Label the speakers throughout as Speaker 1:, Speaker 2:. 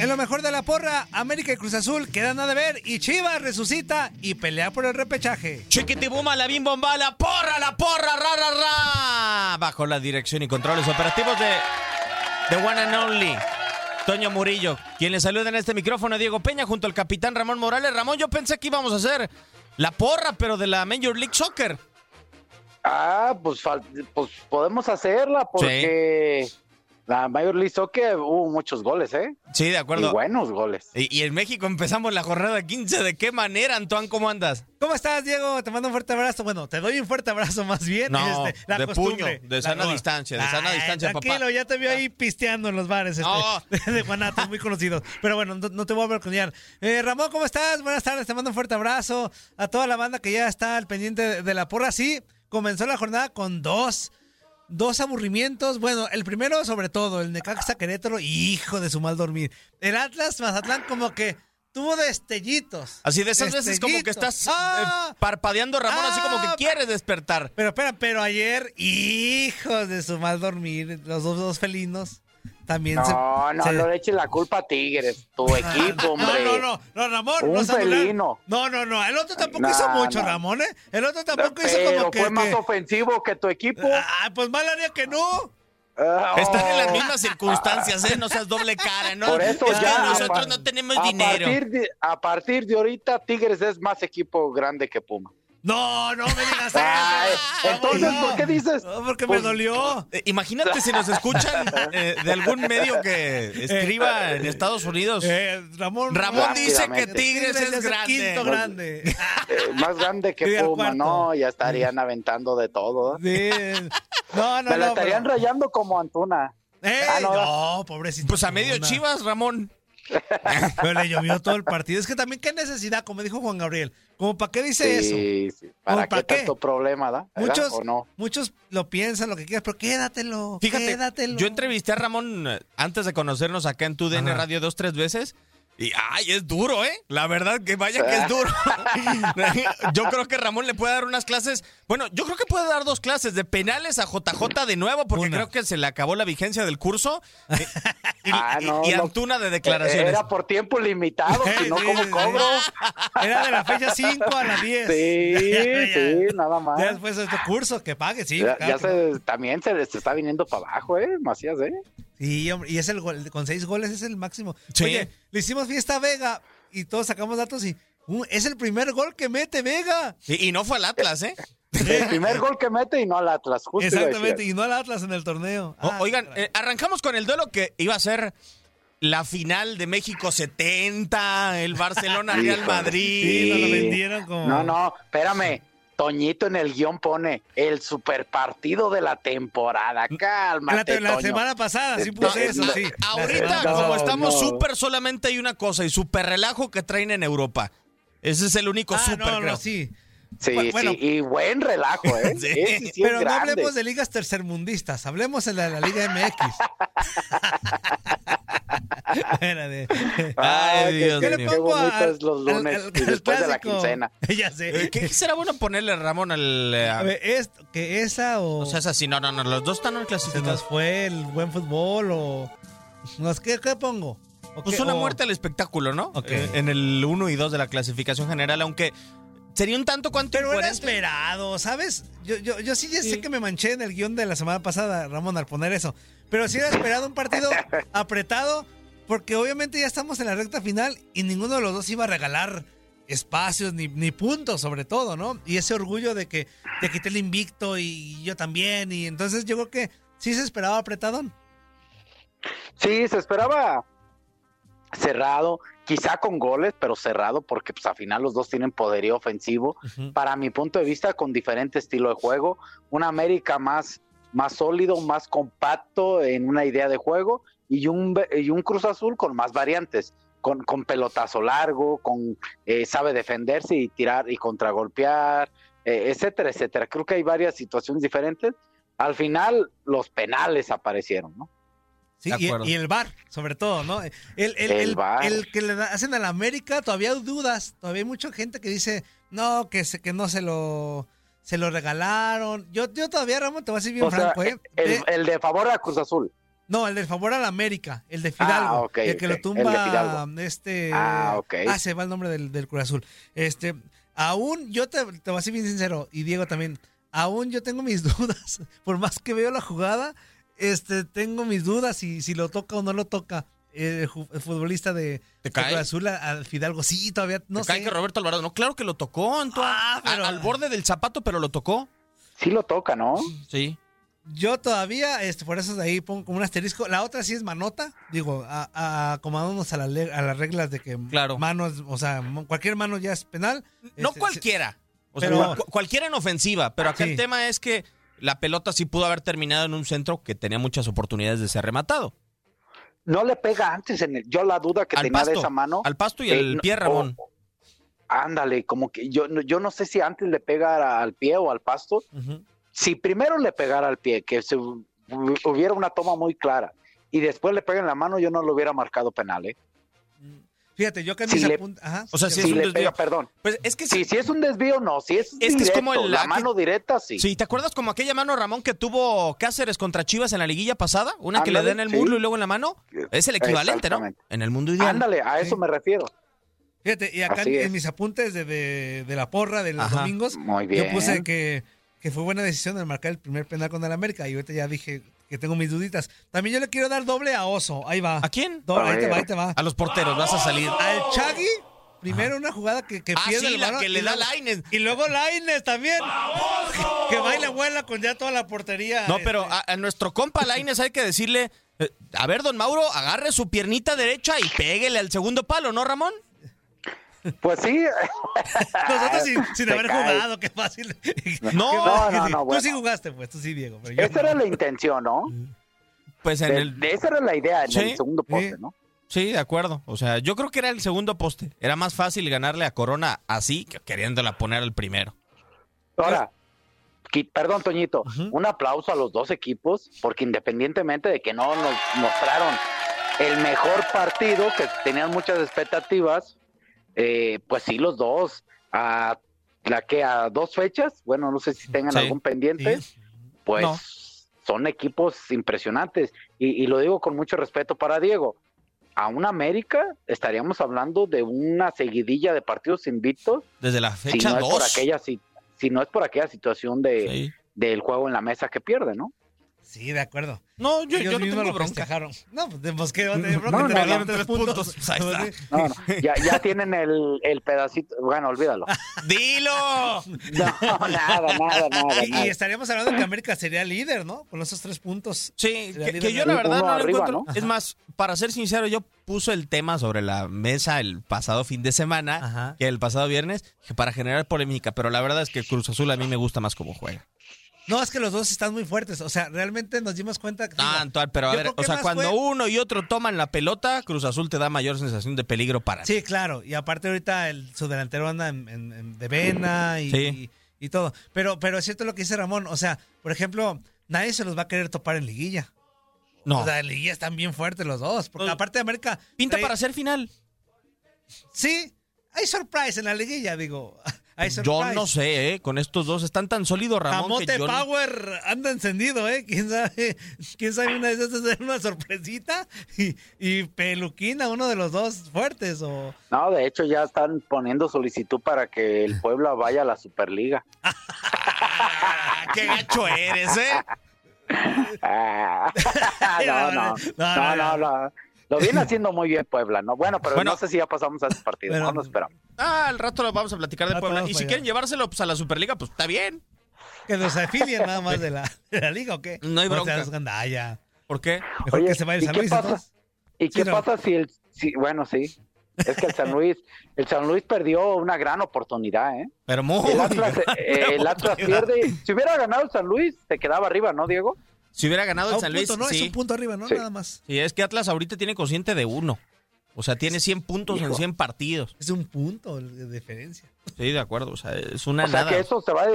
Speaker 1: En lo mejor de la porra, América y Cruz Azul quedan a deber y Chivas resucita y pelea por el repechaje.
Speaker 2: Chiquitibuma, la bimbomba, la porra, la porra, ra, ra, ra. Bajo la dirección y controles operativos de The One and Only. Toño Murillo, quien le saluda en este micrófono a Diego Peña junto al capitán Ramón Morales. Ramón, yo pensé que íbamos a hacer la porra, pero de la Major League Soccer.
Speaker 3: Ah, pues, fal- pues podemos hacerla porque la Major League Soccer hubo muchos goles, ¿eh?
Speaker 2: Sí, de acuerdo.
Speaker 3: Y buenos goles.
Speaker 2: Y, y en México empezamos la jornada 15. ¿De qué manera, Antoine? ¿Cómo andas?
Speaker 1: ¿Cómo estás, Diego? Te mando un fuerte abrazo. Bueno, te doy un fuerte abrazo más bien.
Speaker 2: No,
Speaker 1: este, la
Speaker 2: de
Speaker 1: costumbre.
Speaker 2: puño, de
Speaker 1: La
Speaker 2: sana
Speaker 1: no.
Speaker 2: distancia, de sana
Speaker 1: Ay,
Speaker 2: distancia, papá.
Speaker 1: Tranquilo, ya te veo ahí pisteando en los bares este,
Speaker 2: No.
Speaker 1: de- de Guanatos, muy conocidos. Pero bueno, no, no te voy a vergoñar. Eh, Ramón, ¿cómo estás? Buenas tardes, te mando un fuerte abrazo a toda la banda que ya está al pendiente de, de la porra. Sí, comenzó la jornada con dos. Dos aburrimientos. Bueno, el primero, sobre todo, el Necaxa Querétaro, hijo de su mal dormir. El Atlas Mazatlán, como que tuvo destellitos.
Speaker 2: Así de esas veces como que
Speaker 1: Destellitos.
Speaker 2: estás
Speaker 1: ¡Ah!
Speaker 2: eh, parpadeando, Ramón, así como
Speaker 1: Ah.
Speaker 2: que quieres despertar.
Speaker 1: Pero espera, pero ayer, hijos de su mal dormir, los dos, dos felinos también se.
Speaker 3: No, no,
Speaker 1: se-
Speaker 3: no le eches la culpa a Tigres, tu equipo, hombre.
Speaker 1: No, no, no, no, Ramón,
Speaker 3: Un
Speaker 1: no se anularon.
Speaker 3: felino.
Speaker 1: No, no, no, el otro tampoco
Speaker 3: Nah,
Speaker 1: hizo mucho,
Speaker 3: no.
Speaker 1: Ramón, ¿eh? El otro tampoco hizo
Speaker 3: Pero
Speaker 1: como que.
Speaker 3: fue más
Speaker 1: que-
Speaker 3: ofensivo que tu equipo.
Speaker 1: Ah, pues mal haría que no.
Speaker 3: Ah,
Speaker 2: Están en las
Speaker 3: oh.
Speaker 2: mismas circunstancias, ¿eh? No seas doble cara, ¿no?
Speaker 3: Por eso
Speaker 2: es
Speaker 3: ya.
Speaker 2: que
Speaker 3: a
Speaker 2: nosotros
Speaker 3: par-
Speaker 2: no tenemos
Speaker 3: a
Speaker 2: dinero.
Speaker 3: Partir de, a partir de ahorita, Tigres es más equipo grande que Puma.
Speaker 1: No, no me digas eso.
Speaker 3: Ay, entonces,
Speaker 1: no.
Speaker 3: ¿por qué dices?
Speaker 1: No, porque me
Speaker 3: Pues-
Speaker 1: dolió.
Speaker 2: Eh, Imagínate si nos escuchan eh, de algún medio que escriba en Estados Unidos.
Speaker 1: Eh, Ramón,
Speaker 2: Ramón dice que
Speaker 3: pues, Rápidamente.
Speaker 2: Tigres es
Speaker 1: el quinto
Speaker 2: grande.
Speaker 1: grande. Ah,
Speaker 3: Eh, más grande
Speaker 1: Y
Speaker 3: que
Speaker 1: al
Speaker 3: Puma,
Speaker 1: cuarto.
Speaker 3: no, ya estarían aventando de todo. ¿eh?
Speaker 1: sí. No, no,
Speaker 3: Me la
Speaker 1: no.
Speaker 3: estarían
Speaker 1: pero-
Speaker 3: rayando como Antuna.
Speaker 1: Eh,
Speaker 3: Ah,
Speaker 1: no,
Speaker 3: no.
Speaker 1: pobrecito.
Speaker 2: Pues a medio
Speaker 1: Una-
Speaker 2: chivas, Ramón.
Speaker 1: Pero le llovió todo el partido. Es que también qué necesidad, como dijo Juan Gabriel. Como para qué dice eso.
Speaker 3: Sí, sí. ¿Para,
Speaker 1: ¿Para
Speaker 3: qué,
Speaker 1: qué?
Speaker 3: tanto problema, da? ¿Verdad?
Speaker 1: Muchos,
Speaker 3: ¿O no?
Speaker 1: muchos lo piensan, lo que quieras, pero quédatelo.
Speaker 2: Fíjate,
Speaker 1: quédatelo.
Speaker 2: yo entrevisté a Ramón eh, antes de conocernos acá en tu DN
Speaker 1: Ajá.
Speaker 2: Radio dos, tres veces. Y, ay, es duro, ¿eh? La verdad que vaya que es duro. yo creo que Ramón le puede dar unas clases. Bueno, yo creo que puede dar dos clases de penales a JJ de nuevo, porque
Speaker 1: Una.
Speaker 2: creo que se le acabó la vigencia del curso. Eh, Y,
Speaker 3: Ah, no,
Speaker 2: y
Speaker 3: no. Eh,
Speaker 2: Antuna de declaraciones.
Speaker 3: Era por tiempo limitado,
Speaker 1: Sí,
Speaker 3: si no,
Speaker 1: sí,
Speaker 3: ¿cómo
Speaker 1: sí,
Speaker 3: cobro?
Speaker 1: Era de la fecha 5 a la 10.
Speaker 3: Sí, sí, nada más.
Speaker 1: Ya después de este curso, que pague, sí.
Speaker 3: Ya,
Speaker 1: claro
Speaker 3: ya
Speaker 1: que no.
Speaker 3: se, también se les está viniendo para abajo, ¿eh? Macías, ¿eh?
Speaker 1: Sí, hombre, y es el gol, con seis goles es el máximo.
Speaker 2: Sí.
Speaker 1: Oye, le hicimos fiesta a Vega y todos sacamos datos y uh, es el primer gol que mete Vega.
Speaker 2: Y, y no fue al Atlas, ¿eh?
Speaker 3: El primer gol que mete y no al Atlas, justo. iba a decir.
Speaker 1: Exactamente, y no al Atlas en el torneo.
Speaker 2: O-
Speaker 1: Ah,
Speaker 2: Oigan,
Speaker 1: caray.
Speaker 2: eh, arrancamos con el duelo que iba a ser la final de México 70, el Barcelona-Real
Speaker 3: Híjole.
Speaker 1: Sí, nos lo
Speaker 2: Madrid.
Speaker 1: vendieron como-
Speaker 3: No, no, espérame. Toñito en el guión pone el super partido de la temporada.
Speaker 1: La,
Speaker 3: Cálmate,
Speaker 1: la
Speaker 3: Toño.
Speaker 1: semana pasada sí
Speaker 3: No,
Speaker 1: puse Pues eso,
Speaker 3: no,
Speaker 1: sí. La
Speaker 2: eh, Ahorita,
Speaker 1: semana
Speaker 3: No,
Speaker 2: como
Speaker 1: pasada.
Speaker 2: estamos
Speaker 3: no.
Speaker 2: súper, solamente hay una cosa y súper relajo que traen en Europa. Ese es el único
Speaker 1: Ah,
Speaker 2: súper,
Speaker 1: no,
Speaker 2: creo.
Speaker 1: no, sí.
Speaker 3: Sí,
Speaker 1: Bu- bueno.
Speaker 3: sí, y buen relajo, ¿eh?
Speaker 2: Sí.
Speaker 3: Ese sí es
Speaker 1: Pero no
Speaker 3: grande.
Speaker 1: hablemos de ligas tercermundistas, hablemos de la, de la Liga MX. Espérate.
Speaker 3: Ay,
Speaker 2: Ay,
Speaker 3: qué-
Speaker 2: Dios
Speaker 1: ¿Qué le
Speaker 2: mío.
Speaker 3: Qué
Speaker 1: pongo
Speaker 3: bonito
Speaker 1: al-
Speaker 3: es los
Speaker 1: al-
Speaker 3: lunes
Speaker 1: al-
Speaker 3: y
Speaker 1: al
Speaker 3: después de la
Speaker 1: clásico?
Speaker 3: quincena.
Speaker 1: ya
Speaker 2: Eh,
Speaker 1: sé.
Speaker 2: ¿Qué, qué será bueno ponerle, Ramón, al... eh,
Speaker 1: A ver, ¿es- que esa o
Speaker 2: o sea, es así, no, no, no, los dos están
Speaker 1: se nos
Speaker 2: clasificados.
Speaker 1: fue el buen fútbol o nos qué, qué pongo? ¿O
Speaker 2: Pues
Speaker 1: qué-
Speaker 2: una
Speaker 1: o-
Speaker 2: muerte al espectáculo, ¿no?
Speaker 1: Ok.
Speaker 2: Eh, en el 1 y 2 de la clasificación general, aunque sería un tanto cuanto
Speaker 1: Pero era
Speaker 2: incoherente.
Speaker 1: esperado, ¿sabes? Yo, yo, yo sí ya
Speaker 2: Sí.
Speaker 1: sé que me manché en el guión de la semana pasada, Ramón, al poner eso. Pero sí era esperado un partido apretado, porque obviamente ya estamos en la recta final y ninguno de los dos iba a regalar espacios ni, ni puntos, sobre todo, ¿no? Y ese orgullo de que te quité el invicto y yo también. Y entonces yo creo que sí se esperaba apretadón.
Speaker 3: Sí, se esperaba cerrado, quizá con goles, pero cerrado porque pues al final los dos tienen poderío ofensivo. para mi punto de vista, con diferente estilo de juego. Un América más, más sólido, más compacto en una idea de juego y un, Ve- y un Cruz Azul con más variantes, con, con pelotazo largo, con eh, sabe defenderse y tirar y contragolpear, eh, etcétera, etcétera. Creo que hay varias situaciones diferentes. Al final, los penales aparecieron, ¿no?
Speaker 1: Sí,
Speaker 4: De
Speaker 1: y,
Speaker 4: acuerdo.
Speaker 1: y el bar, sobre todo, ¿no? El, el, el,
Speaker 3: El VAR.
Speaker 1: el que le da- hacen a la América, todavía hay dudas. Todavía hay mucha gente que dice, no, que, se, que no se lo, se lo regalaron. Yo, yo todavía, Ramón, te voy a decir bien
Speaker 3: O sea,
Speaker 1: franco, ¿eh?
Speaker 3: El,
Speaker 1: Ve-
Speaker 3: el de favor a Cruz Azul.
Speaker 1: no, el del favor a la América, el de Fidalgo.
Speaker 3: Ah, ok,
Speaker 1: el que
Speaker 3: ok,
Speaker 1: lo
Speaker 3: el de
Speaker 1: tumba
Speaker 3: Fidalgo.
Speaker 1: este.
Speaker 3: Ah, ok.
Speaker 1: Ah, se va el nombre del, del Cruz Azul. Este, aún, yo te, te voy a ser bien sincero, y Diego también, aún yo tengo mis dudas. Por más que veo la jugada, este, tengo mis dudas si, si lo toca o no lo toca eh, el, ju- el futbolista de, de
Speaker 2: ¿Te cae?
Speaker 1: Cruz Azul a- al Fidalgo. Sí, todavía no
Speaker 2: Me cae
Speaker 1: sé.
Speaker 2: que Roberto Alvarado. No, claro que lo tocó, Antoine.
Speaker 1: Ah, pero-
Speaker 2: A- al borde del zapato, pero lo tocó.
Speaker 3: Sí lo toca, ¿no?
Speaker 2: Sí.
Speaker 1: Yo todavía, este, por eso de ahí pongo como un asterisco. La otra sí es manota, digo, a- a- acomodándonos a, las le- a las reglas de que
Speaker 2: Claro.
Speaker 1: manos, o sea, mo- cualquier mano ya es penal.
Speaker 2: No
Speaker 1: Este,
Speaker 2: cualquiera. O sea,
Speaker 1: Pero-
Speaker 2: cu- cualquiera en ofensiva, pero acá
Speaker 1: Sí.
Speaker 2: el tema es que la pelota sí pudo haber terminado en un centro que tenía muchas oportunidades de ser rematado.
Speaker 3: No le pega antes en el, yo la duda que
Speaker 2: al
Speaker 3: tenía
Speaker 2: pasto,
Speaker 3: de esa mano.
Speaker 2: Al pasto y
Speaker 3: eh,
Speaker 2: al
Speaker 3: no-
Speaker 2: pie,
Speaker 3: o-
Speaker 2: Ramón.
Speaker 3: ándale, como que yo, no- yo no sé si antes le pega al pie o al pasto.
Speaker 1: sí. Ujú.
Speaker 3: Si primero le pegara al pie, que se hu- hubiera una toma muy clara, y después le pega en la mano, yo no lo hubiera marcado penal, ¿eh?
Speaker 1: mm, Fíjate, yo que en
Speaker 3: Si
Speaker 1: mis
Speaker 3: le-
Speaker 1: apunt- ajá.
Speaker 2: O sea, si
Speaker 1: sí,
Speaker 2: es
Speaker 3: si
Speaker 2: un
Speaker 3: le
Speaker 2: desvío.
Speaker 3: pega, perdón.
Speaker 2: Pues es que
Speaker 3: Sí, si es un desvío, no. Si es,
Speaker 2: Es que es como
Speaker 3: directo,
Speaker 2: el-
Speaker 3: la
Speaker 2: que-
Speaker 3: mano directa, sí.
Speaker 2: Sí, ¿te acuerdas como aquella mano Ramón que tuvo Cáceres contra Chivas en la liguilla pasada? Una que le
Speaker 3: Ándale,
Speaker 2: da en el
Speaker 3: sí.
Speaker 2: muslo y luego en la mano. Es el equivalente, ¿no?
Speaker 3: Exactamente.
Speaker 2: En el mundo ideal.
Speaker 3: Ándale, a eso
Speaker 1: Sí.
Speaker 3: me refiero.
Speaker 1: Fíjate, y acá en,
Speaker 3: Así es.
Speaker 1: en mis apuntes de, de- de la porra de los
Speaker 2: Ajá.
Speaker 1: domingos,
Speaker 3: Muy bien.
Speaker 1: yo puse que, que fue buena decisión de marcar el primer penal con el América. Y ahorita ya dije que tengo mis duditas. También yo le quiero dar doble a Oso. Ahí va.
Speaker 2: ¿A quién?
Speaker 1: Doble,
Speaker 3: A
Speaker 1: ahí te
Speaker 3: ver.
Speaker 1: va, ahí te va.
Speaker 2: A los porteros, vas a salir.
Speaker 3: Ah,
Speaker 1: Al Chagui, primero una jugada que, que
Speaker 2: Ah,
Speaker 1: pierde
Speaker 2: sí,
Speaker 1: el
Speaker 2: la
Speaker 1: balón
Speaker 2: que
Speaker 1: y
Speaker 2: le da
Speaker 1: luego-
Speaker 2: Lainez.
Speaker 1: Y luego Laines también. Que baila vuela con ya toda la portería.
Speaker 2: No,
Speaker 1: este.
Speaker 2: pero a, a nuestro compa Laines hay que decirle, eh, a ver, don Mauro, agarre su piernita derecha y péguele al segundo palo, ¿no, Ramón?
Speaker 3: Pues sí.
Speaker 1: Nosotros sin, sin
Speaker 3: Te
Speaker 1: haber
Speaker 3: caes.
Speaker 1: jugado, qué fácil. No,
Speaker 3: no, no,
Speaker 1: Tú
Speaker 3: bueno.
Speaker 1: sí jugaste, pues, tú sí, Diego. pero yo
Speaker 3: Esa
Speaker 1: no.
Speaker 3: era la intención, ¿no?
Speaker 2: Pues en
Speaker 3: De,
Speaker 2: el...
Speaker 3: de esa era la idea en
Speaker 2: Sí,
Speaker 3: el segundo poste,
Speaker 1: sí.
Speaker 3: ¿no?
Speaker 2: Sí, de acuerdo. O sea, yo creo que era el segundo poste. Era más fácil ganarle a Corona así que queriéndola poner al primero.
Speaker 3: Ahora, qui- perdón, Toñito,
Speaker 1: Ujú.
Speaker 3: un aplauso a los dos equipos, porque independientemente de que no nos mostraron el mejor partido, que tenían muchas expectativas, eh, pues sí, los dos, a la que a dos fechas, bueno, no sé si tengan
Speaker 2: Sí.
Speaker 3: algún pendiente,
Speaker 1: Sí.
Speaker 3: pues
Speaker 2: No.
Speaker 3: son equipos impresionantes. Y, y lo digo con mucho respeto para Diego. A un América estaríamos hablando de una seguidilla de partidos invictos
Speaker 2: Desde la
Speaker 3: si
Speaker 2: fecha
Speaker 3: no es
Speaker 2: 2.
Speaker 3: por aquella si, si no es por aquella situación de del juego en la mesa que pierde, ¿no?
Speaker 1: Sí, de acuerdo.
Speaker 2: No, yo,
Speaker 1: Ellos
Speaker 2: yo no
Speaker 1: mismos
Speaker 2: tengo
Speaker 1: lo
Speaker 2: bronca.
Speaker 1: festejaron. No, pues, pues que no,
Speaker 2: No,
Speaker 1: bronca,
Speaker 3: no,
Speaker 1: te
Speaker 3: no,
Speaker 1: regalaron
Speaker 2: no,
Speaker 1: tres
Speaker 2: tres
Speaker 1: puntos. Pues,
Speaker 2: puntos. Ahí está.
Speaker 1: Sí.
Speaker 3: No, no, ya, ya tienen el, el pedacito, bueno, olvídalo.
Speaker 2: ¡Dilo!
Speaker 3: No, nada, nada, nada.
Speaker 1: Y, y
Speaker 3: nada.
Speaker 1: estaríamos hablando de que América sería líder, ¿no? Con esos tres puntos.
Speaker 2: Sí,
Speaker 1: Sería
Speaker 2: que,
Speaker 1: líder
Speaker 2: que yo
Speaker 1: de
Speaker 2: la
Speaker 3: grupo,
Speaker 2: verdad
Speaker 3: uno
Speaker 2: no lo
Speaker 3: arriba,
Speaker 2: encuentro. Es más, para ser sincero, yo puse el tema sobre la mesa el pasado fin de semana,
Speaker 1: Ajá.
Speaker 2: que el pasado viernes, que para generar polémica, pero la verdad es que Cruz Azul a mí me gusta más cómo juega.
Speaker 1: No, es que los dos están muy fuertes. O sea, realmente nos dimos cuenta que.
Speaker 2: Ah, Antoine, pero a
Speaker 1: Yo
Speaker 2: ver,
Speaker 1: creo que
Speaker 2: o sea,
Speaker 1: más
Speaker 2: cuando
Speaker 1: fue-
Speaker 2: uno y otro toman la pelota, Cruz Azul te da mayor sensación de peligro para
Speaker 1: Sí, claro. Y aparte ahorita el, su delantero anda en- en- en- de vena y,
Speaker 2: Sí.
Speaker 1: y, y todo. Pero, pero es cierto lo que dice Ramón. O sea, por ejemplo, nadie se los va a querer topar en liguilla.
Speaker 2: No,
Speaker 1: O sea, en liguilla están bien fuertes los dos. Porque
Speaker 2: No.
Speaker 1: aparte de América...
Speaker 2: pinta
Speaker 1: trae-
Speaker 2: para ser final.
Speaker 1: Sí, hay surprise en la liguilla, digo. Hay surprise.
Speaker 2: Yo no sé, ¿eh? con estos dos están tan sólidos, Ramón,
Speaker 1: Camote
Speaker 2: que yo no-
Speaker 1: Power anda encendido, ¿eh? ¿Quién sabe? ¿Quién sabe una de esas hacer una sorpresita? Y, y Peluquina, uno de los dos fuertes. O...
Speaker 3: No, de hecho ya están poniendo solicitud para que el Puebla vaya a la Superliga.
Speaker 2: Ah, ¡Qué gacho eres, eh!
Speaker 3: Ah, no, no, no, no, no. Lo viene haciendo muy bien Puebla, ¿no? Bueno, pero
Speaker 2: Bueno.
Speaker 3: no sé si ya pasamos a ese partido,
Speaker 1: Bueno.
Speaker 3: no nos esperamos.
Speaker 2: Ah, al rato lo vamos a platicar de
Speaker 1: Rato
Speaker 2: Puebla.
Speaker 1: vamos
Speaker 2: Y
Speaker 1: para
Speaker 2: si
Speaker 1: allá.
Speaker 2: quieren llevárselo pues, a la Superliga, pues está bien.
Speaker 1: Que nos afilien nada más de la, de la liga, ¿o qué?
Speaker 2: No hay
Speaker 1: O sea,
Speaker 2: bronca.
Speaker 1: es gandalla.
Speaker 2: ¿Por qué?
Speaker 1: Mejor
Speaker 3: Oye,
Speaker 1: que se vaya el
Speaker 3: ¿y
Speaker 1: San
Speaker 3: qué
Speaker 1: Luis,
Speaker 3: pasa?
Speaker 1: entonces.
Speaker 3: ¿Y qué
Speaker 1: no.
Speaker 3: pasa si el, si- bueno, sí, es que el San Luis, el San Luis perdió una gran oportunidad, ¿eh?
Speaker 2: Pero muy
Speaker 3: El Atlas, eh,
Speaker 2: gran
Speaker 3: el Atlas
Speaker 2: oportunidad.
Speaker 3: pierde. Si hubiera ganado el San Luis, se quedaba arriba, ¿no, Diego?
Speaker 2: Si hubiera
Speaker 3: Ah,
Speaker 2: ganado
Speaker 1: A
Speaker 2: el
Speaker 1: un
Speaker 2: San Luis,
Speaker 1: punto, ¿no? Es
Speaker 2: sí.
Speaker 1: un punto arriba, ¿no?
Speaker 3: Sí.
Speaker 1: Nada más.
Speaker 2: Y es que Atlas ahorita tiene consciente de uno. O sea, tiene 100 puntos en
Speaker 3: Hijo.
Speaker 2: 100 partidos.
Speaker 1: Es un punto de diferencia.
Speaker 2: Sí, de acuerdo. O sea, es una
Speaker 3: O sea
Speaker 2: Ah, nada.
Speaker 3: que eso se va a...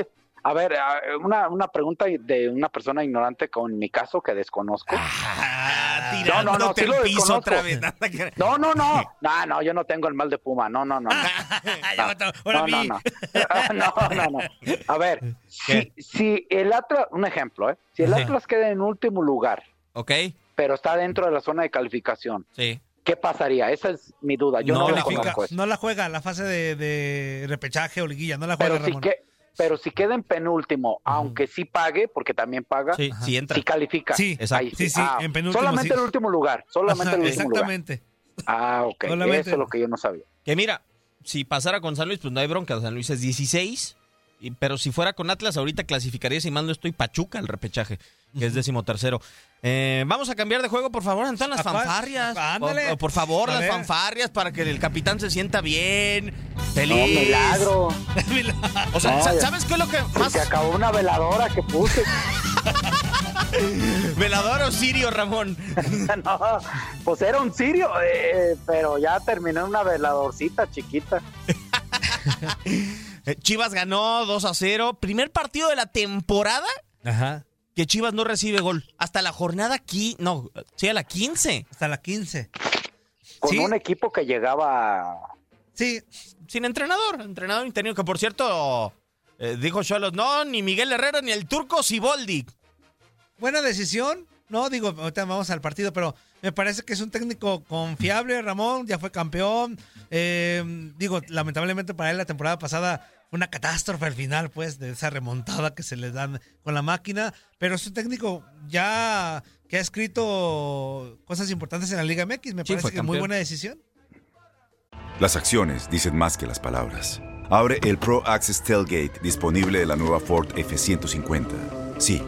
Speaker 3: A ver, a- una, una pregunta de una persona ignorante con mi caso que desconozco.
Speaker 2: Ah,
Speaker 3: No, no, no,
Speaker 2: tirándote
Speaker 3: sí lo
Speaker 2: al piso
Speaker 3: desconozco.
Speaker 2: otra vez. Nada que-
Speaker 3: No, no, no. No, no, yo no tengo el mal de puma. No, no, no. no.
Speaker 2: Ah,
Speaker 1: Ya mató. Ahora
Speaker 3: no,
Speaker 1: vi.
Speaker 3: no, no. no, no, no. A ver, si, si el Atlas, un ejemplo, ¿eh? si el
Speaker 2: Ajá.
Speaker 3: Atlas queda en último lugar,
Speaker 2: Ok,
Speaker 3: pero está dentro de la zona de calificación,
Speaker 2: sí.
Speaker 3: ¿qué pasaría? Esa es mi duda. Yo
Speaker 2: No
Speaker 3: no, lo
Speaker 2: califica.
Speaker 3: conozco eso.
Speaker 1: No la juega la fase de, de repechaje o liguilla, no la juega
Speaker 3: Pero si,
Speaker 1: Ramón.
Speaker 3: que, pero si queda en penúltimo, aunque sí pague, porque también paga,
Speaker 2: Sí, sí entra.
Speaker 3: sí califica.
Speaker 1: Sí,
Speaker 2: exacto.
Speaker 1: sí, sí, en penúltimo, sí.
Speaker 3: Solamente el último lugar. Solamente
Speaker 1: Ajá,
Speaker 3: el último lugar.
Speaker 1: exactamente.
Speaker 3: Ah, ok.
Speaker 1: Solamente.
Speaker 3: Eso es lo que yo no sabía.
Speaker 2: Que mira, si pasara con San Luis, pues no hay bronca. San Luis es 16. y- pero si fuera con Atlas, ahorita clasificaría, si mal no estoy, Pachuca el repechaje, que es decimotercero. Eh, vamos a cambiar de juego, por favor. Están las
Speaker 1: ¿A Ah, cuál?
Speaker 2: fanfarrias.
Speaker 1: Ándale.
Speaker 2: O- o por favor,
Speaker 1: A
Speaker 2: las
Speaker 1: ver.
Speaker 2: fanfarrias para que el capitán se sienta bien,
Speaker 3: No,
Speaker 2: feliz. Ah,
Speaker 3: milagro.
Speaker 2: O sea,
Speaker 3: No, ya-
Speaker 2: ¿sabes qué es lo que
Speaker 3: Se
Speaker 2: más
Speaker 3: te acabó una veladora que puse.
Speaker 2: velador o sirio, Ramón?
Speaker 3: No, pues era un sirio, eh, pero ya terminó en una veladorcita chiquita.
Speaker 2: Eh, Chivas ganó 2 a 0. Primer partido de la temporada
Speaker 1: Ajá.
Speaker 2: que Chivas no recibe gol. Hasta la jornada aquí, no, sí, a la 15.
Speaker 1: Hasta la 15.
Speaker 3: Con
Speaker 1: Sí.
Speaker 3: un equipo que llegaba.
Speaker 1: Sí,
Speaker 2: Sin entrenador, entrenador interino, que por cierto, eh, dijo Cholos, no, ni Miguel Herrera ni el turco Siboldi.
Speaker 1: buena decisión. No, digo, ahorita vamos al partido, pero me parece que es un técnico confiable, Ramón, ya fue campeón. Eh, digo, lamentablemente para él la temporada pasada fue una catástrofe al final, pues, de esa remontada que se le dan con la máquina, pero es un técnico ya que ha escrito cosas importantes en la Liga MX, me
Speaker 2: Sí,
Speaker 1: parece
Speaker 2: fue
Speaker 1: que muy
Speaker 2: campeón.
Speaker 1: buena decisión.
Speaker 5: Las acciones dicen más que las palabras. Abre el Pro Access Tailgate disponible de la nueva Ford F-150. Sí,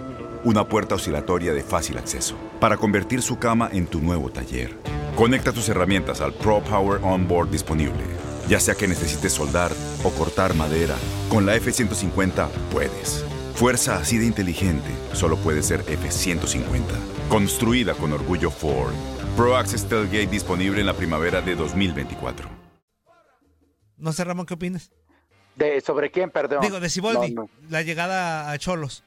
Speaker 5: una puerta oscilatoria de fácil acceso para convertir su cama en tu nuevo taller. Conecta tus herramientas al Pro Power Onboard disponible. Ya sea que necesites soldar o cortar madera, con la F-150 puedes. Fuerza así de inteligente solo puede ser F-150. Construida con orgullo Ford. Pro Access Tailgate disponible en la primavera de 2024.
Speaker 1: No sé, Ramón, ¿qué opinas?
Speaker 3: De, ¿Sobre quién, perdón?
Speaker 1: Digo, de Siboldi,
Speaker 3: No, no.
Speaker 1: la llegada a Cholos.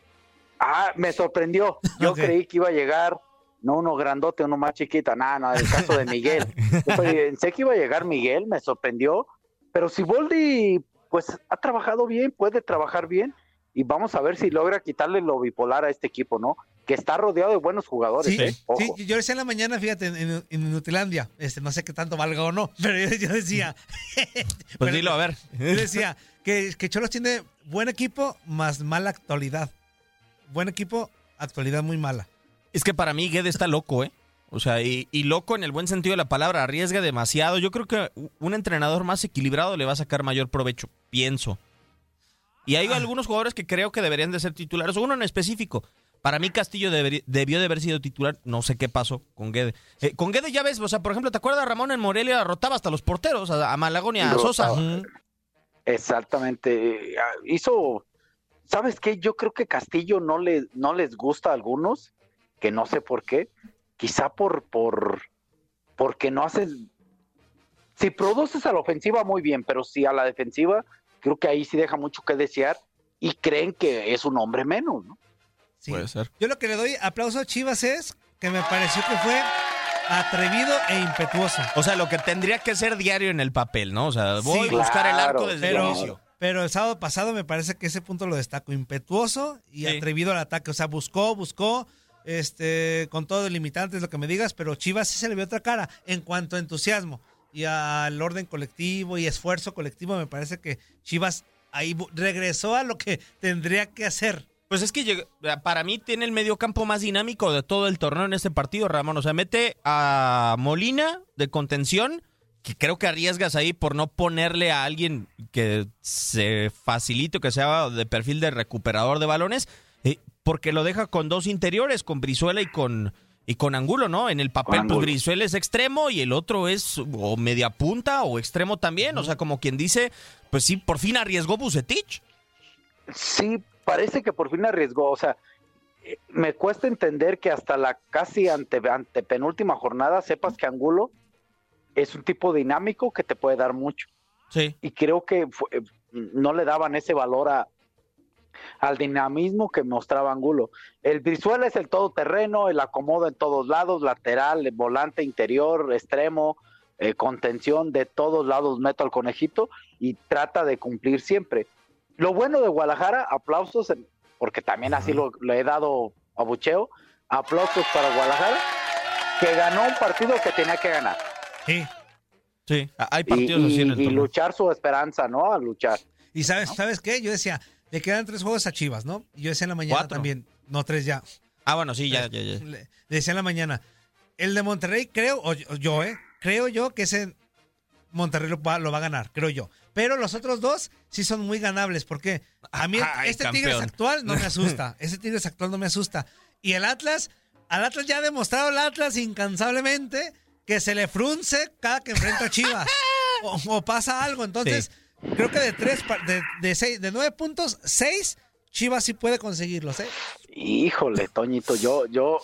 Speaker 3: Ah, me sorprendió. Yo
Speaker 1: Ok.
Speaker 3: creí que iba a llegar, no uno grandote, uno más chiquita. Nada, no, el caso de Miguel. Yo pensé que iba a llegar Miguel, me sorprendió. Pero si Boldi, pues ha trabajado bien, puede trabajar bien. Y vamos a ver si logra quitarle lo bipolar a este equipo, ¿no? Que está rodeado de buenos jugadores.
Speaker 1: Sí,
Speaker 3: ¿eh? Ojo.
Speaker 1: sí, yo decía en la mañana, fíjate, en, en, en Nutilandia, este, no sé qué tanto valga o no, pero yo, yo decía,
Speaker 2: Pues
Speaker 1: Pero-
Speaker 2: dilo, a ver.
Speaker 1: yo decía que, que Cholos tiene buen equipo más mala actualidad. Buen equipo, actualidad muy mala.
Speaker 2: Es que para mí Guede está loco, ¿eh? O sea, y, y loco en el buen sentido de la palabra, arriesga demasiado. Yo creo que u- un entrenador más equilibrado le va a sacar mayor provecho, pienso. Y hay algunos jugadores que creo que deberían de ser titulares, uno en específico. Para mí Castillo deberi- debió de haber sido titular, no sé qué pasó con Guede. Eh, con Guede ya ves, o sea, por ejemplo, ¿te acuerdas Ramón en Morelia rotaba hasta los porteros, a, a Malagón y a
Speaker 3: Rotaba.
Speaker 2: Sosa?
Speaker 1: Ujú.
Speaker 3: Exactamente. eh, ah, Hizo, ¿sabes qué? Yo creo que Castillo no, le, no les gusta a algunos, que no sé por qué. Quizá por, por, porque no haces, si produces a la ofensiva muy bien, pero si a la defensiva, creo que ahí sí deja mucho que desear y creen que es un hombre menos, ¿no?
Speaker 1: Sí.
Speaker 2: ser.
Speaker 1: Yo lo que le doy aplauso a Chivas es que me pareció que fue atrevido e impetuoso.
Speaker 2: O sea, lo que tendría que ser diario en el papel, ¿no? O sea, voy
Speaker 1: Sí,
Speaker 2: a buscar el
Speaker 3: claro,
Speaker 2: arco desde el
Speaker 1: pero-
Speaker 2: inicio.
Speaker 1: Pero el sábado pasado me parece que ese punto lo destaco, impetuoso y
Speaker 2: Sí.
Speaker 1: atrevido al ataque. O sea, buscó, buscó, este, con todo limitantes, lo que me digas, pero Chivas sí se le vio otra cara en cuanto a entusiasmo y al orden colectivo y esfuerzo colectivo. Me parece que Chivas ahí bu- regresó a lo que tendría que hacer.
Speaker 2: Pues es que llegó- para mí tiene el mediocampo más dinámico de todo el torneo en este partido, Ramón. O sea, mete a Molina de contención, que creo que arriesgas ahí por no ponerle a alguien que se facilite o que sea de perfil de recuperador de balones, eh, porque lo deja con dos interiores, con Brizuela y con, y con Angulo, ¿no? En el papel, pues
Speaker 3: Angulo.
Speaker 2: Brizuela es extremo y el otro es o media punta o extremo también. O sea, como quien dice, pues sí, por fin arriesgó Bucetich.
Speaker 3: Sí, parece que por fin arriesgó, o sea, eh, me cuesta entender que hasta la casi ante, antepenúltima jornada sepas que Angulo es un tipo dinámico que te puede dar mucho.
Speaker 2: Sí.
Speaker 3: Y creo que fue- eh, no le daban ese valor a, al dinamismo que mostraba Angulo. El Brizuela es el todoterreno, el acomodo en todos lados, lateral, volante interior, extremo, eh, contención, de todos lados meto al conejito y trata de cumplir siempre. Lo bueno de Guadalajara, aplausos, en- porque también así lo, le he dado abucheo, aplausos para Guadalajara, que ganó un partido que tenía que ganar
Speaker 1: Sí.
Speaker 2: Sí. Ah, Hay
Speaker 3: y,
Speaker 2: partidos así en el
Speaker 3: y- y
Speaker 2: torneo.
Speaker 3: luchar su esperanza, ¿no? A luchar.
Speaker 1: Y sabes, ¿sabes qué? Yo decía, le quedan tres juegos a Chivas, ¿no? Y Yo decía en la mañana
Speaker 2: Cuatro.
Speaker 1: también. No, tres ya.
Speaker 2: Ah, bueno, sí, ya, ya, ya.
Speaker 3: Este.
Speaker 1: Le, le decía en la mañana. El de Monterrey, creo, o yo- yo, ¿eh? Creo yo que ese Monterrey lo va, lo va a ganar, creo yo. Pero los otros dos sí son muy ganables, porque a mí
Speaker 2: Ay,
Speaker 1: este
Speaker 2: campeón.
Speaker 1: Tigres actual no me asusta. Ese Tigres actual no me asusta. Y el Atlas, al Atlas ya ha demostrado el Atlas incansablemente que se le frunce cada que enfrenta a Chivas. o, o pasa algo. Entonces, creo que de tres, par- de, de, seis, de nueve puntos, seis, Chivas sí puede conseguirlos, ¿eh?
Speaker 3: Híjole, Toñito, yo, yo.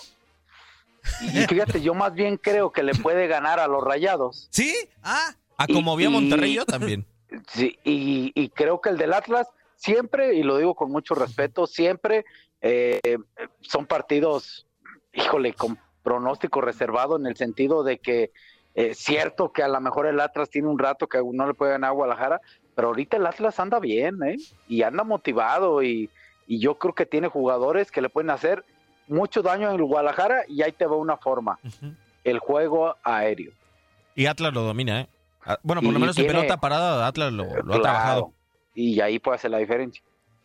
Speaker 3: Y y fíjate, yo más bien creo que le puede ganar a los rayados.
Speaker 1: ¿Sí? Ah,
Speaker 2: Ah, como vi a
Speaker 3: Y-
Speaker 2: Monterrey yo también.
Speaker 3: Sí, y, y creo que el del Atlas siempre, y lo digo con mucho respeto, siempre eh, son partidos, híjole, con pronóstico reservado en el sentido de que es cierto que a lo mejor el Atlas tiene un rato que no le puede ganar a Guadalajara, pero ahorita el Atlas anda bien, ¿eh? Y anda motivado y, y yo creo que tiene jugadores que le pueden hacer mucho daño en el Guadalajara y ahí te va una forma, el juego aéreo.
Speaker 2: Y Atlas lo domina, ¿eh? Ah, Bueno, por
Speaker 3: Y
Speaker 2: lo menos en
Speaker 3: tiene-
Speaker 2: pelota parada Atlas lo, lo ha
Speaker 3: Claro.
Speaker 2: trabajado.
Speaker 3: Y ahí puede hacer la diferencia.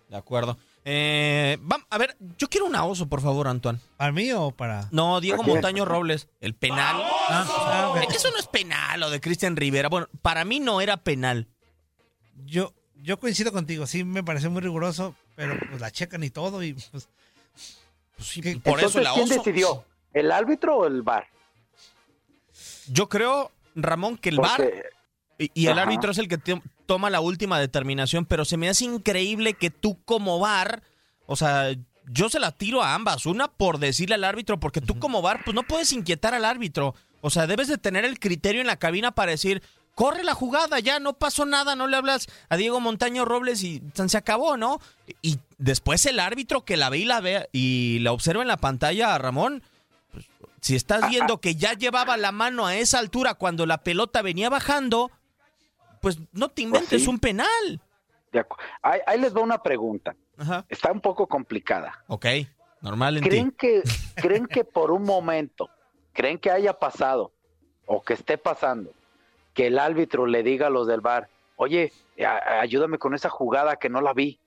Speaker 2: De acuerdo. Eh, vam- a ver, yo quiero una oso, por favor, Antoine.
Speaker 1: ¿para mí o para...?
Speaker 2: No, Diego
Speaker 3: ¿A quién? ¡Oh!
Speaker 2: Montaño Robles. El penal.
Speaker 1: Ah, ah, ok.
Speaker 2: Eso no es penal, lo de Cristian Rivera. Bueno, para mí no era penal.
Speaker 1: Yo, yo coincido contigo, sí me pareció muy riguroso, pero pues la checan y todo y pues...
Speaker 2: Pues sí,
Speaker 1: ¿Qué?
Speaker 2: por eso
Speaker 3: Entonces,
Speaker 2: la
Speaker 3: ¿quién
Speaker 2: oso.
Speaker 3: decidió? ¿El árbitro o el VAR?
Speaker 2: Yo creo, Ramón, que el bar
Speaker 3: Porque-
Speaker 2: y, y el
Speaker 3: Ajá.
Speaker 2: árbitro es el que te- toma la última determinación, pero se me hace increíble que tú como bar, o sea, yo se la tiro a ambas, una por decirle al árbitro, porque tú como bar, pues no puedes inquietar al árbitro, o sea, debes de tener el criterio en la cabina para decir, corre la jugada, ya no pasó nada, no le hablas a Diego Montaño Robles y tan se acabó, ¿no? Y después el árbitro que la ve y la ve y la observa en la pantalla a Ramón, si estás viendo que ya llevaba la mano a esa altura cuando la pelota venía bajando, pues no te inventes
Speaker 3: sí.
Speaker 2: un penal.
Speaker 3: de acu- ahí, ahí les va una pregunta.
Speaker 2: Ajá.
Speaker 3: Está un poco complicada.
Speaker 2: Ok, normal en ti.
Speaker 3: ¿Creen que, ¿Creen que por un momento, creen que haya pasado o que esté pasando, que el árbitro le diga a los del VAR, oye, a- ayúdame con esa jugada que no la vi?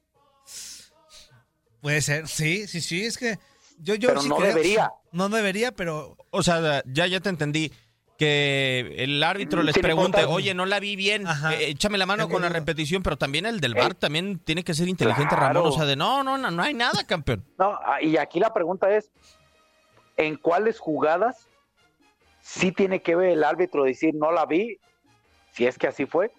Speaker 1: Puede ser, sí, sí, sí, es que yo, yo
Speaker 3: Pero
Speaker 1: sí
Speaker 3: no
Speaker 1: creo-
Speaker 3: debería.
Speaker 1: No debería, pero
Speaker 2: O sea, ya, ya te entendí. Que el árbitro les
Speaker 3: Sí, le
Speaker 2: pregunte,
Speaker 3: importa.
Speaker 2: oye, no la vi bien,
Speaker 1: Ajá.
Speaker 2: eh, échame la mano
Speaker 1: Es
Speaker 2: con la
Speaker 1: verdad.
Speaker 2: repetición, pero también el del bar también tiene que ser inteligente,
Speaker 3: Claro.
Speaker 2: Ramón. O sea, de no, no, no, no hay nada, campeón.
Speaker 3: No, ah, y aquí la pregunta es, ¿en cuáles jugadas sí tiene que ver el árbitro decir no la vi, si es que así fue,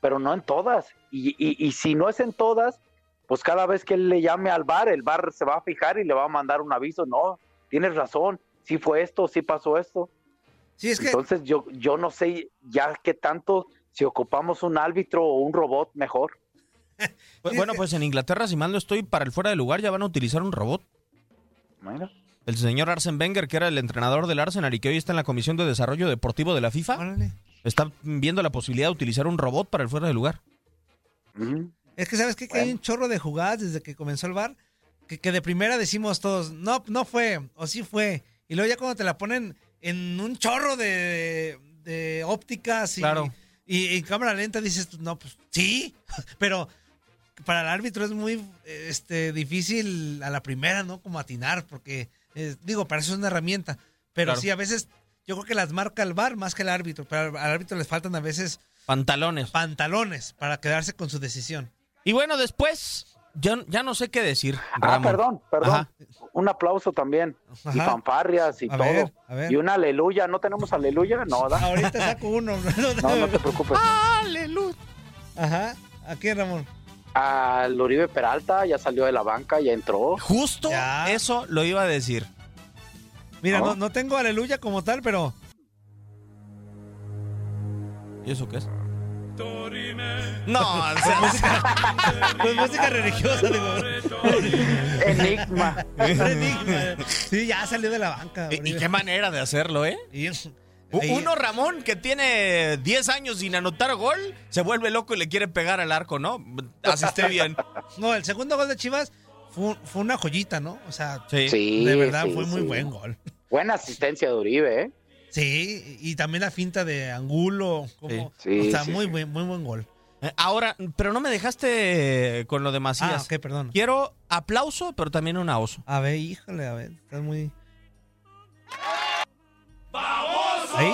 Speaker 3: pero no en todas? Y, y- y si no es en todas, pues cada vez que él le llame al bar, el bar se va a fijar y le va a mandar un aviso, no, tienes razón, sí fue esto, sí pasó esto.
Speaker 1: sí es que...
Speaker 3: Entonces yo, yo no sé ya qué tanto si ocupamos un árbitro o un robot mejor.
Speaker 2: Bu-
Speaker 1: Sí,
Speaker 2: Bueno,
Speaker 1: es que-
Speaker 2: pues en Inglaterra, si mal no estoy, para el fuera de lugar ya van a utilizar un robot.
Speaker 3: Mira.
Speaker 2: El señor Arsen Wenger, que era el entrenador del Arsenal y que hoy está en la Comisión de Desarrollo Deportivo de la FIFA,
Speaker 1: órale.
Speaker 2: Está viendo la posibilidad de utilizar un robot para el fuera de lugar.
Speaker 3: Mm.
Speaker 1: Es que sabes qué? que hay un chorro de jugadas desde que comenzó el bar que, que de primera decimos todos, no, no fue, o sí fue. Y luego ya cuando te la ponen en un chorro de, de ópticas y,
Speaker 2: Claro.
Speaker 1: y, y cámara lenta, dices, tú, no, pues sí, pero para el árbitro es muy eh, este, difícil a la primera, ¿no? Como atinar, porque, eh, digo, para eso es una herramienta. Pero
Speaker 2: Claro.
Speaker 1: sí, a veces yo creo que las marca el bar más que el árbitro, pero al al árbitro les faltan a veces
Speaker 2: Pantalones.
Speaker 1: pantalones para quedarse con su decisión.
Speaker 2: Y bueno, después, ya, ya no sé qué decir.
Speaker 3: Ah,
Speaker 2: Ramón.
Speaker 3: perdón, perdón.
Speaker 2: Ajá.
Speaker 3: Un aplauso también. Y
Speaker 1: Ajá.
Speaker 3: fanfarrias y
Speaker 1: A
Speaker 3: todo.
Speaker 1: ver, a ver.
Speaker 3: Y una aleluya. ¿No tenemos aleluya? No, ¿verdad?
Speaker 1: Ahorita saco uno. No, no,
Speaker 3: No, no te preocupes.
Speaker 2: Aleluya.
Speaker 1: Ajá. Aquí, Ramón.
Speaker 3: Al Uribe Peralta ya salió de la banca, ya entró.
Speaker 2: Justo
Speaker 1: Ya.
Speaker 2: eso lo iba a decir.
Speaker 1: Mira,
Speaker 3: ¿No?
Speaker 1: no, no tengo aleluya como tal, pero.
Speaker 2: ¿Y eso qué es? No, o sea,
Speaker 1: Pues música religiosa, digo.
Speaker 3: Enigma.
Speaker 1: Enigma. sí, ya salió de la banca.
Speaker 2: y, y
Speaker 1: Uribe.
Speaker 2: qué manera de hacerlo, ¿eh?
Speaker 1: Y-
Speaker 2: U-
Speaker 1: ahí-
Speaker 2: Uno Ramón que tiene 10 años sin anotar gol, se vuelve loco y le quiere pegar al arco, ¿no? Asiste bien.
Speaker 1: No, el segundo gol de Chivas fue, fue una joyita, ¿no? O sea,
Speaker 3: Sí,
Speaker 1: de verdad
Speaker 3: sí,
Speaker 1: fue muy
Speaker 3: sí.
Speaker 1: buen gol.
Speaker 3: Buena asistencia de Uribe, ¿eh?
Speaker 1: Sí, y también la finta de Angulo. Como,
Speaker 3: Sí, sí,
Speaker 1: o sea,
Speaker 3: sí,
Speaker 1: muy,
Speaker 3: sí.
Speaker 1: buen, muy buen gol.
Speaker 2: Eh, Ahora, pero no me dejaste con lo de
Speaker 1: ah,
Speaker 2: Macías.
Speaker 1: ok, perdón.
Speaker 2: Quiero aplauso, pero también una oso.
Speaker 1: A ver, híjole, a ver, estás muy. ¿Ahí?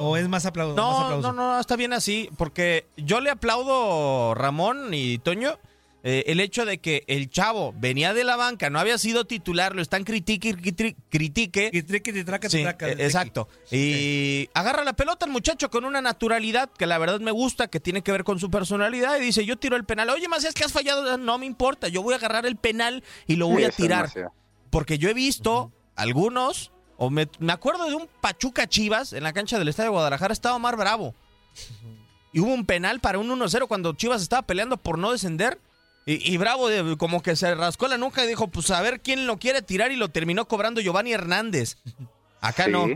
Speaker 1: ¿O es más aplauso? más
Speaker 2: No,
Speaker 1: aplauso?
Speaker 2: no, no, está bien así, porque yo le aplaudo, Ramón y Toño, eh, el hecho de que el chavo venía de la banca, no había sido titular, lo están critique, critique, critique.
Speaker 1: Y triqui, y traca,
Speaker 2: Sí,
Speaker 1: traca,
Speaker 2: eh,
Speaker 1: triqui.
Speaker 2: exacto. Y agarra la pelota el muchacho con una naturalidad que la verdad me gusta, que tiene que ver con su personalidad. Y dice, yo tiro el penal. Oye, Macías, que has fallado. No me importa, yo voy a agarrar el penal y lo voy a
Speaker 3: Eso,
Speaker 2: tirar.
Speaker 3: Macías.
Speaker 2: Porque yo he visto algunos, o me, me acuerdo de un Pachuca Chivas en la cancha del Estadio de Guadalajara, estaba Omar Bravo. Y hubo un penal para un 1-0 cuando Chivas estaba peleando por no descender. Y, y Bravo de- como que se rascó la nuca y dijo, pues a ver quién lo quiere tirar y lo terminó cobrando Giovanni Hernández. Acá
Speaker 3: Sí.
Speaker 2: no.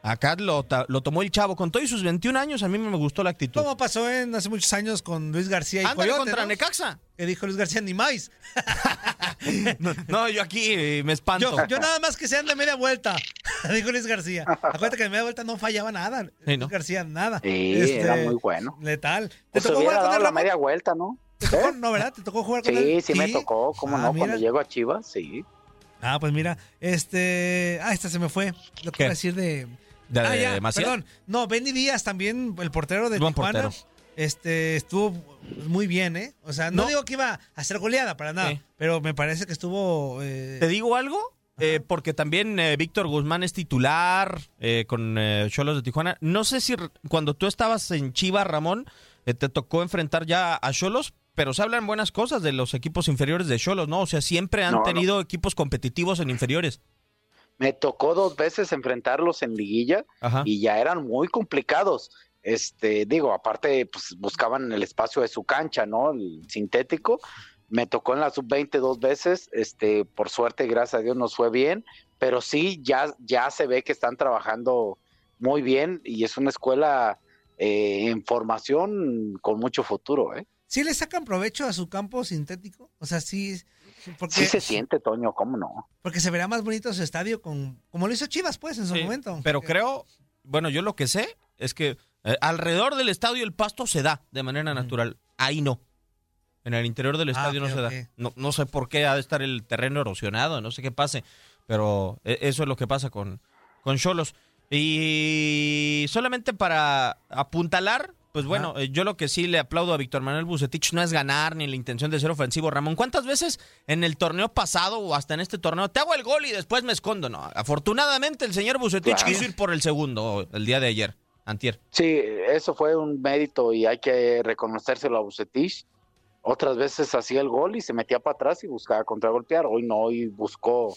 Speaker 2: Acá lo, ta- lo tomó el chavo con todo y sus 21 años. A mí me gustó la actitud.
Speaker 1: Como pasó en hace muchos años con Luis García y
Speaker 2: Ándale
Speaker 1: Coyote,
Speaker 2: contra
Speaker 1: ¿no?
Speaker 2: Necaxa.
Speaker 1: Que dijo Luis García, ni más.
Speaker 2: No, no, yo aquí eh, me espanto.
Speaker 1: Yo, yo nada más que sean de media vuelta, dijo Luis García. Acuérdate que de media vuelta no fallaba nada. Luis
Speaker 2: ¿no?
Speaker 1: García, nada.
Speaker 3: Sí,
Speaker 1: Este,
Speaker 3: era muy bueno.
Speaker 1: Letal. ¿Te
Speaker 3: Pues
Speaker 1: tocó
Speaker 3: hubiera
Speaker 1: jugar con
Speaker 3: dado
Speaker 1: él,
Speaker 3: la
Speaker 1: Ramón?
Speaker 3: media vuelta, ¿no? ¿Eh?
Speaker 1: ¿Te tocó? No, ¿verdad? ¿Te tocó jugar con
Speaker 3: Sí,
Speaker 1: él?
Speaker 3: sí me tocó, como
Speaker 1: Ah,
Speaker 3: no,
Speaker 1: mira.
Speaker 3: cuando llego a Chivas, sí.
Speaker 1: Ah, pues mira, este... Ah, esta se me fue. Lo que
Speaker 2: ¿Qué?
Speaker 1: iba a decir de...
Speaker 2: De-
Speaker 1: ah,
Speaker 2: de-
Speaker 1: ya,
Speaker 2: de Macías.
Speaker 1: perdón. No, Benny Díaz también, el portero de
Speaker 2: Buen
Speaker 1: Tijuana.
Speaker 2: portero.
Speaker 1: Este, estuvo muy bien, ¿eh? O sea, no,
Speaker 2: No.
Speaker 1: digo que iba a ser goleada para nada,
Speaker 2: Sí.
Speaker 1: pero me parece que estuvo... eh,
Speaker 2: ¿Te digo algo? Eh, porque también eh, Víctor Guzmán es titular eh, con Cholos de Tijuana. No sé si r- cuando tú estabas en Chivas, Ramón, eh, te tocó enfrentar ya a Cholos, pero se hablan buenas cosas de los equipos inferiores de Cholos, ¿no? O sea, siempre han
Speaker 3: No, no.
Speaker 2: tenido equipos competitivos en inferiores.
Speaker 3: Me tocó dos veces enfrentarlos en liguilla
Speaker 2: Ajá.
Speaker 3: y ya eran muy complicados. Este, digo, aparte, pues buscaban el espacio de su cancha, ¿no? El sintético. Me tocó en la sub-20 dos veces, este, por suerte, gracias a Dios nos fue bien, pero sí, ya, ya se ve que están trabajando muy bien y es una escuela eh, en formación con mucho futuro, ¿eh?
Speaker 1: ¿Sí le sacan provecho a su campo sintético? O sea, sí... Porque,
Speaker 3: Sí se siente, Toño, ¿cómo no?
Speaker 1: porque se verá más bonito su estadio con... Como lo hizo Chivas, pues, en su
Speaker 2: Sí,
Speaker 1: momento.
Speaker 2: Pero creo, bueno, yo lo que sé es que eh, alrededor del estadio el pasto se da de manera natural. Ahí no. En el interior del
Speaker 1: Ah,
Speaker 2: estadio
Speaker 1: ok,
Speaker 2: no se
Speaker 1: ok.
Speaker 2: da. No, no sé por qué ha de estar el terreno erosionado, no sé qué pase, pero e- eso es lo que pasa con con Cholos. Y solamente para apuntalar, pues bueno, eh, yo lo que sí le aplaudo a Víctor Manuel Bucetich no es ganar ni la intención de ser ofensivo, Ramón. ¿Cuántas veces en el torneo pasado o hasta en este torneo te hago el gol y después me escondo? No, afortunadamente el señor Bucetich
Speaker 3: Claro.
Speaker 2: quiso ir por el segundo el día de ayer, antier.
Speaker 3: Sí, eso fue un mérito y hay que reconocérselo a Bucetich. Otras veces hacía el gol y se metía para atrás y buscaba contragolpear. Hoy no, hoy buscó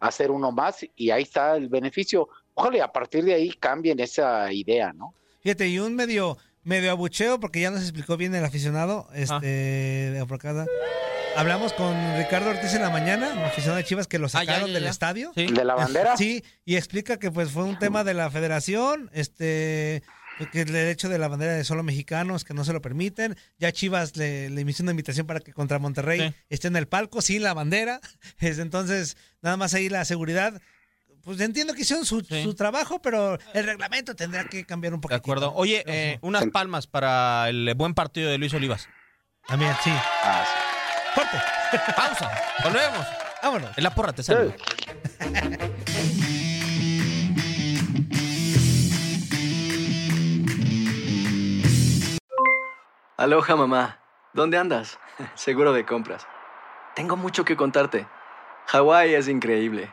Speaker 3: hacer uno más y ahí está el beneficio. Ojalá y a partir de ahí cambien esa idea, ¿no?
Speaker 1: Fíjate, y un medio, medio abucheo, porque ya nos explicó bien el aficionado, este,
Speaker 2: Ah.
Speaker 1: de por acá. Hablamos con Ricardo Ortiz en la mañana, un aficionado de Chivas que lo
Speaker 2: Ah, ya,
Speaker 1: sacaron
Speaker 2: ya,
Speaker 1: del
Speaker 2: ya.
Speaker 1: estadio.
Speaker 2: Sí.
Speaker 3: De la bandera.
Speaker 1: Sí, y explica que pues fue un tema de la federación, este, que el hecho de la bandera de solo mexicanos, que no se lo permiten. Ya Chivas le, le hizo una invitación para que contra Monterrey
Speaker 2: Sí.
Speaker 1: esté en el palco sin la bandera. Es, Entonces, nada más ahí la seguridad. Pues entiendo que hicieron su,
Speaker 2: Sí.
Speaker 1: su trabajo, pero el reglamento tendrá que cambiar un
Speaker 2: De
Speaker 1: poquito.
Speaker 2: acuerdo.
Speaker 1: ¿no?
Speaker 2: Oye, eh, unas palmas para el buen partido de Luis Olivas.
Speaker 1: También, sí.
Speaker 3: Ah, sí.
Speaker 1: Corte.
Speaker 2: Pausa. Volvemos.
Speaker 1: Vámonos.
Speaker 2: En la porra te saluda.
Speaker 6: Aloha mamá, ¿dónde andas? Seguro de compras. Tengo mucho que contarte. Hawái es increíble.